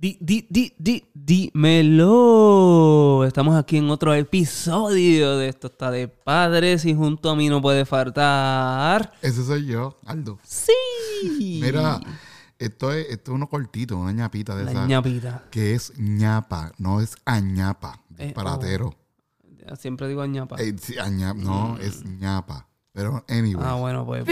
Di, di, di, di, dímelo. Estamos aquí en otro episodio de Esto está de padres y junto a mí no puede faltar. Ese soy yo, Aldo. Sí. Mira, esto es, esto es uno cortito, una ñapita de la esa. ñapita. Que es ñapa, no es añapa, Eh, Ah. disparatero. Ya Siempre digo ñapa. Eh, sí, aña- no, es ñapa. Pero, anyway, Ah, bueno, pues.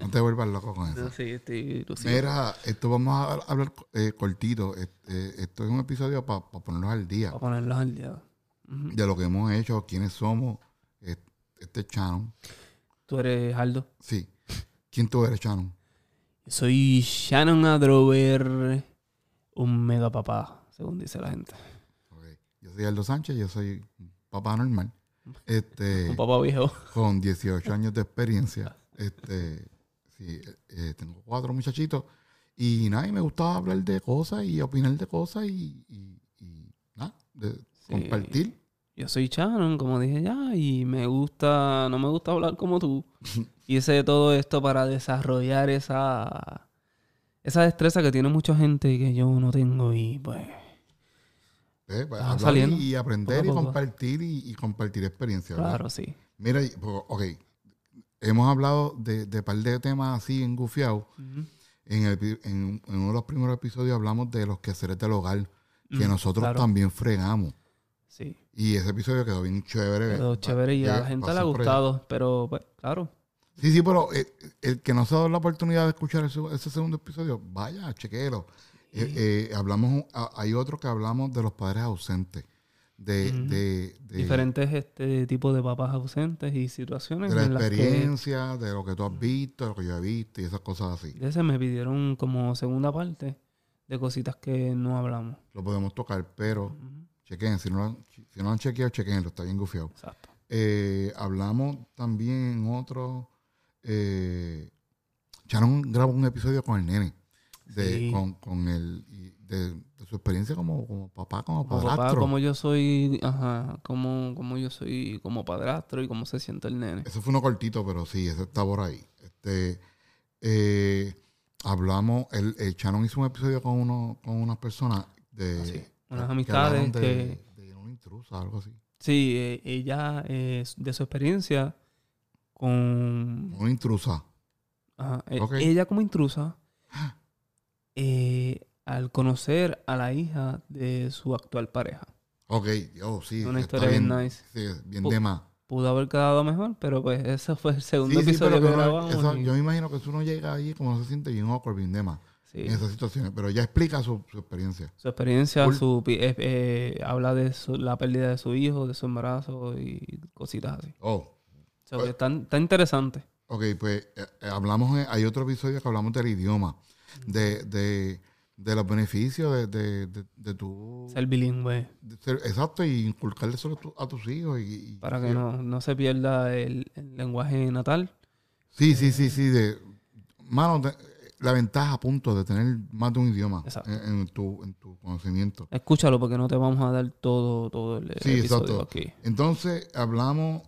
no te vuelvas loco con eso. Sí, estoy lucido. Mira, esto vamos a hab- hablar eh, cortito. Eh, eh, esto es un episodio para ponernos al día Voy a ponerlos al día. de lo que hemos hecho, quiénes somos, eh, este Shannon. Tú eres Aldo. Sí. ¿Quién tú eres, Shannon? Soy Shannon Adrover, un mega papá, según dice la gente. Ok. Yo soy Aldo Sánchez, yo soy un papá normal. Este, Un papá viejo. con 18 años de experiencia. Este, sí, eh, tengo cuatro muchachitos. Y nada, y me gustaba hablar de cosas y opinar de cosas y, y- y nada, de compartir. Yo soy Shannon, como dije ya, y me gusta, no me gusta hablar como tú. Hice todo esto para desarrollar esa, esa destreza que tiene mucha gente y que yo no tengo y pues... eh, pues, Ah, hablar saliendo. y, y aprender Poco a y poco. compartir y, y compartir experiencias. ¿verdad? Claro, sí. Mira, y, pues, ok, hemos hablado de un par de temas así engufiados. Ujú. En, el pi- en- en uno de los primeros episodios hablamos de los quehaceres del hogar, que Mm, nosotros claro. también fregamos. Sí, Y ese episodio quedó bien chévere. quedó Pa- chévere y a la llega- gente le ha pasó eh, por allá. gustado, pero pues claro, Sí, sí, pero eh, el, que no se ha dado la oportunidad de escuchar ese, ese segundo episodio, vaya, chequero. Eh, eh, hablamos, a- hay otro que hablamos de los padres ausentes, de, Ujú. de- de- diferentes este tipos de papás ausentes y situaciones de la en las que... experiencia, de lo que tú has visto, de lo que yo he visto y esas cosas así. De ese me pidieron como segunda parte de cositas que no hablamos. Lo podemos tocar, pero Ujú, chequen, si no lo han, si no lo han chequeado, chequenlo, está bien gufiado. Exacto. Eh, hablamos también en otro. Eh, Sharon grabó un episodio con el nene. De, Sí. con, con el, y de, de su experiencia como, como papá, como Como papá, padrastro. como yo soy, ajá, como, como yo soy como padrastro y cómo se siente el nene. Eso fue uno cortito, pero sí, ese está por ahí. Este, eh, hablamos, el, el Sharon hizo un episodio con uno, con unas personas de Así, que- Ah, unas que amistades hablaron que, de, de una intrusa, algo así. sí, eh, ella eh, de su experiencia con Una intrusa. ajá, eh, Ok. ella como intrusa eh, al conocer a la hija de su actual pareja. Ok, oh, sí. Una está historia bien bien nice. Oh. Sí, bien Pu- de más. Pudo haber quedado mejor, pero pues ese fue el segundo Sí, sí, episodio pero que que uno- grabamos. eso- y- yo me imagino que si uno llega ahí como se siente bien awkward, bien demás sí. en esas situaciones, pero ya explica su, su experiencia. Su experiencia, Cool. su, pi- eh, eh, habla de su- la pérdida de su hijo, de su embarazo y cositas así. Oh, O sea, Pues- que está, está interesante. ok, pues eh, eh, hablamos, en- hay otro episodio que hablamos del idioma, de, de, de los beneficios de, de, de, de tu... Ser bilingüe, de ser- exacto, y inculcarle solo a tus hijos. Y, y- para y- que no, no se pierda el, el lenguaje natal. Sí, sí, sí, sí, de... Mano, de- la ventaja, punto, de tener más de un idioma Exacto. en, en tu, en tu conocimiento. Escúchalo porque no te vamos a dar todo, todo el Sí, episodio exacto. aquí. Entonces, hablamos.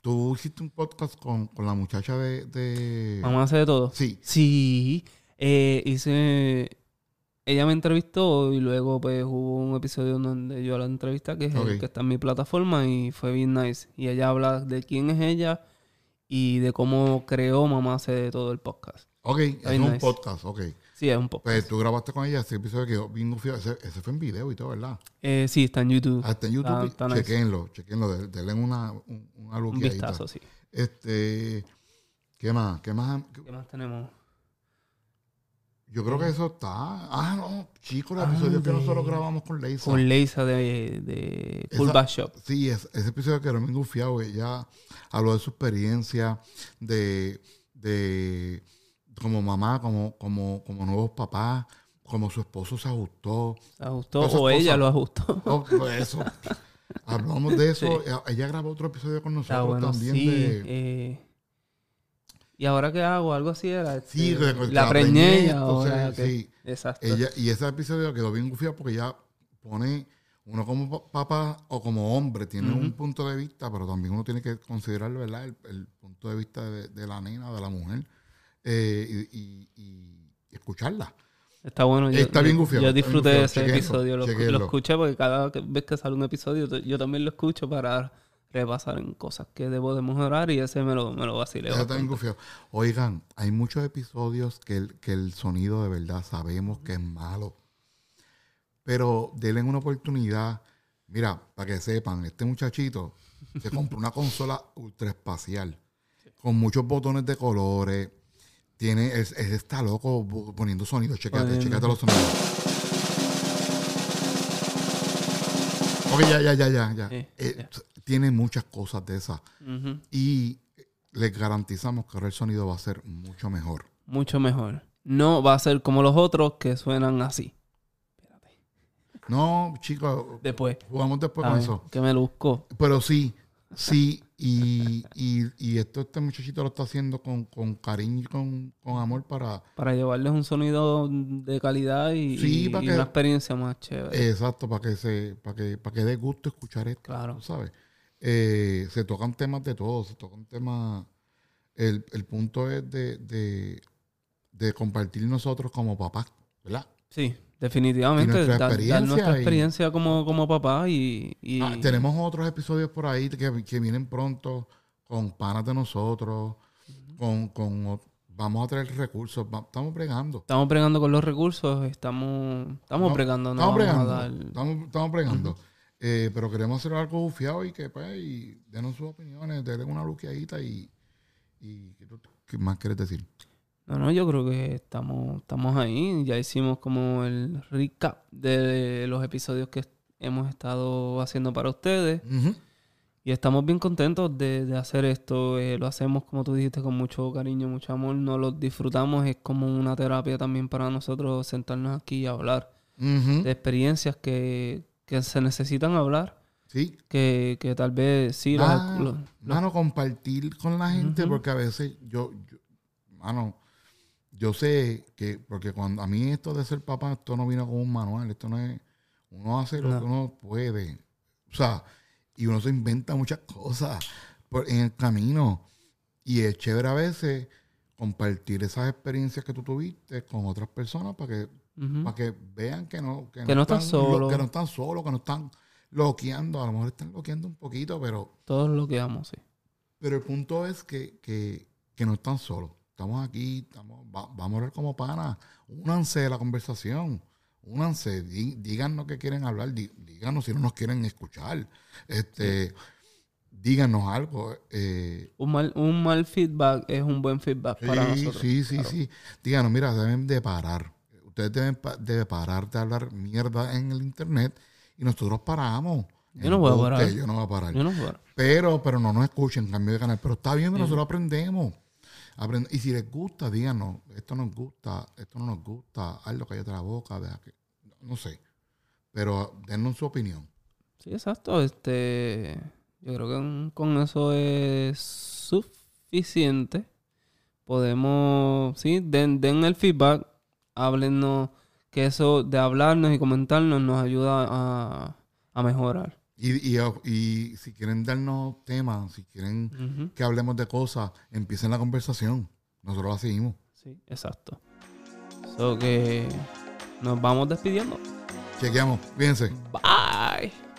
Tú hiciste un podcast con, con la muchacha de. de- Mamá hace de todo. Sí. Sí, eh, hice... Ella me entrevistó y luego pues hubo un episodio donde yo la entrevista que es el Ok. que está en mi plataforma y fue bien nice. Y ella habla de quién es ella y de cómo creó Mamá hace de todo el podcast. Ok, es bien un nice. podcast, ok. Sí, es un podcast. Pues tú grabaste con ella ese episodio que quedó bien gufiado. Ese, ese fue en video y todo, ¿verdad? Eh, sí, está en YouTube. Hasta en Está- YouTube. está nice. chequenlo, chequenlo. de- Denle una, un- una Un luqueadita. vistazo, sí. Este. ¿Qué más? ¿Qué más? ¿Qué más tenemos? Yo creo que eso está. Ah, no, chico, el Ah, episodio que de- nosotros grabamos con Leisa. Con Leisa de, de Esa- Full Bass Shop. Sí, es- ese episodio que era bien gufiado, ella habló de su experiencia, de, de como mamá, como, como, como nuevos papás, como su esposo se ajustó. ¿La ajustó Con su o esposa. ella lo ajustó? Oh, pues eso. Hablamos de eso. Ella- Ella grabó otro episodio con Está nosotros bueno, también. sí. de, eh, ¿Y ahora qué hago? Algo así era. este, Sí, que- que la la preñé preñé, y ahora. entonces, que- sí. Exacto. ella, y ese episodio quedó bien gufiado porque ella pone, uno como pa- papá o como hombre tiene un punto de vista, pero también uno tiene que considerar, ¿verdad? El, el punto de vista de, de la nena, de la mujer, eh, y, y- y escucharla. Está bueno. Yo, Está bien yo- gufiado, Yo está bien disfruté gufiado. ese Chequéenlo, episodio. Lo, chequéenlo. lo escuché porque cada que- vez que sale un episodio, t- yo también lo escucho para repasar en cosas que debo de mejorar y ese me lo, me lo vacilé. Eso está bien bastante. gufiado. Oigan, hay muchos episodios que el, que el sonido de verdad sabemos que es malo. Pero denle una oportunidad. Mira, para que sepan, este muchachito se compró una consola ultraespacial con muchos botones de colores. Tiene, es, es- está loco bu- poniendo sonidos. Checate, Poniendo. checate los sonidos. Ok, ya, ya, ya, ya. ya. Sí, Eh, ya. t- Tiene muchas cosas de esas. Ujú. Y les garantizamos que ahora el sonido va a ser mucho mejor. Mucho mejor. No va a ser como los otros que suenan así. Espérate. No, chicos, Después. jugamos después A Pues con ver, eso. Que me luzco. Pero sí, sí, y, y, y esto este muchachito lo está haciendo con, con cariño y con, con amor para... Para llevarles un sonido de calidad y, Sí, y- para y que- Eh, una experiencia más chévere. Exacto, para que se para que, para que dé gusto escuchar esto, Claro. tú ¿sabes? Eh, se tocan temas de todo, se tocan temas... El, el punto es de, de, de compartir nosotros como papás, ¿verdad? Sí, Y definitivamente. nuestra dar- dar experiencia nuestra y- experiencia como, como papá y... y- Ah, tenemos otros episodios por ahí que, que vienen pronto con panas de nosotros, con, con ot- vamos a traer recursos, va- estamos bregando. Estamos bregando con los recursos, estamos, estamos No, bregando, no vamos estamos, bregando a dar- estamos, estamos bregando. Eh, pero queremos hacer algo bufiado y que pues, y denos sus opiniones, denle una luqueadita y, y ¿qué tú- ¿qué más quieres decir? No, no, yo creo que estamos, estamos ahí. Ya hicimos como el recap de los episodios que hemos estado haciendo para ustedes. Ujú. Y estamos bien contentos de, de hacer esto. eh, lo hacemos, como tú dijiste, con mucho cariño, mucho amor. Nos lo disfrutamos. Es como una terapia también para nosotros sentarnos aquí y hablar Ujú. de experiencias que, que se necesitan hablar. Sí, Que, que tal vez sí, las- Ah, los- mano, compartir con la gente, Ujú. porque a veces yo, yo- mano, yo sé que, porque cuando a mí esto de ser papá, esto no vino con un manual, esto no es, uno hace lo No. que uno puede, o sea, y uno se inventa muchas cosas por- en el camino, y es chévere a veces compartir esas experiencias que tú tuviste con otras personas para que, ujú. para que vean que no, que Que no están lo- solos. que no están solos, que no están loqueando, a lo mejor están loqueando un poquito, pero... Todos lo que amo, sí. Pero el punto es que, que, que no están solos. Estamos aquí, estamos, va- vamos a hablar como panas. Únanse a la conversación. Únanse, di- díganos que quieren hablar, di- díganos si no nos quieren escuchar. Este, Díganos algo. eh, Un mal, un mal feedback es un buen feedback para sí, nosotros. sí, sí, claro. sí. Díganos, mira, deben de parar. Ustedes deben pa- de parar de hablar mierda en el internet y nosotros paramos. Yo no voy a Embuste, parar. Yo no voy a parar. Yo no puedo. Pero, pero no nos escuchen, cambio de canal. Pero está bien que nosotros aprendemos. Aprend- y si les gusta, díganos, esto nos gusta, esto no nos gusta, hazlo, cállate la boca, deja que... No sé. Pero dennos su opinión. Sí, exacto. Este, yo creo que con- con eso es suficiente. Podemos, sí, den, den el feedback, háblennos, que eso de hablarnos y comentarnos nos ayuda a, a mejorar. Y, y, y si quieren darnos temas, si quieren Ujú, que hablemos de cosas, empiecen la conversación. Nosotros la seguimos. Sí, exacto. So que nos vamos despidiendo. Chequeamos. Fíjense. Bye.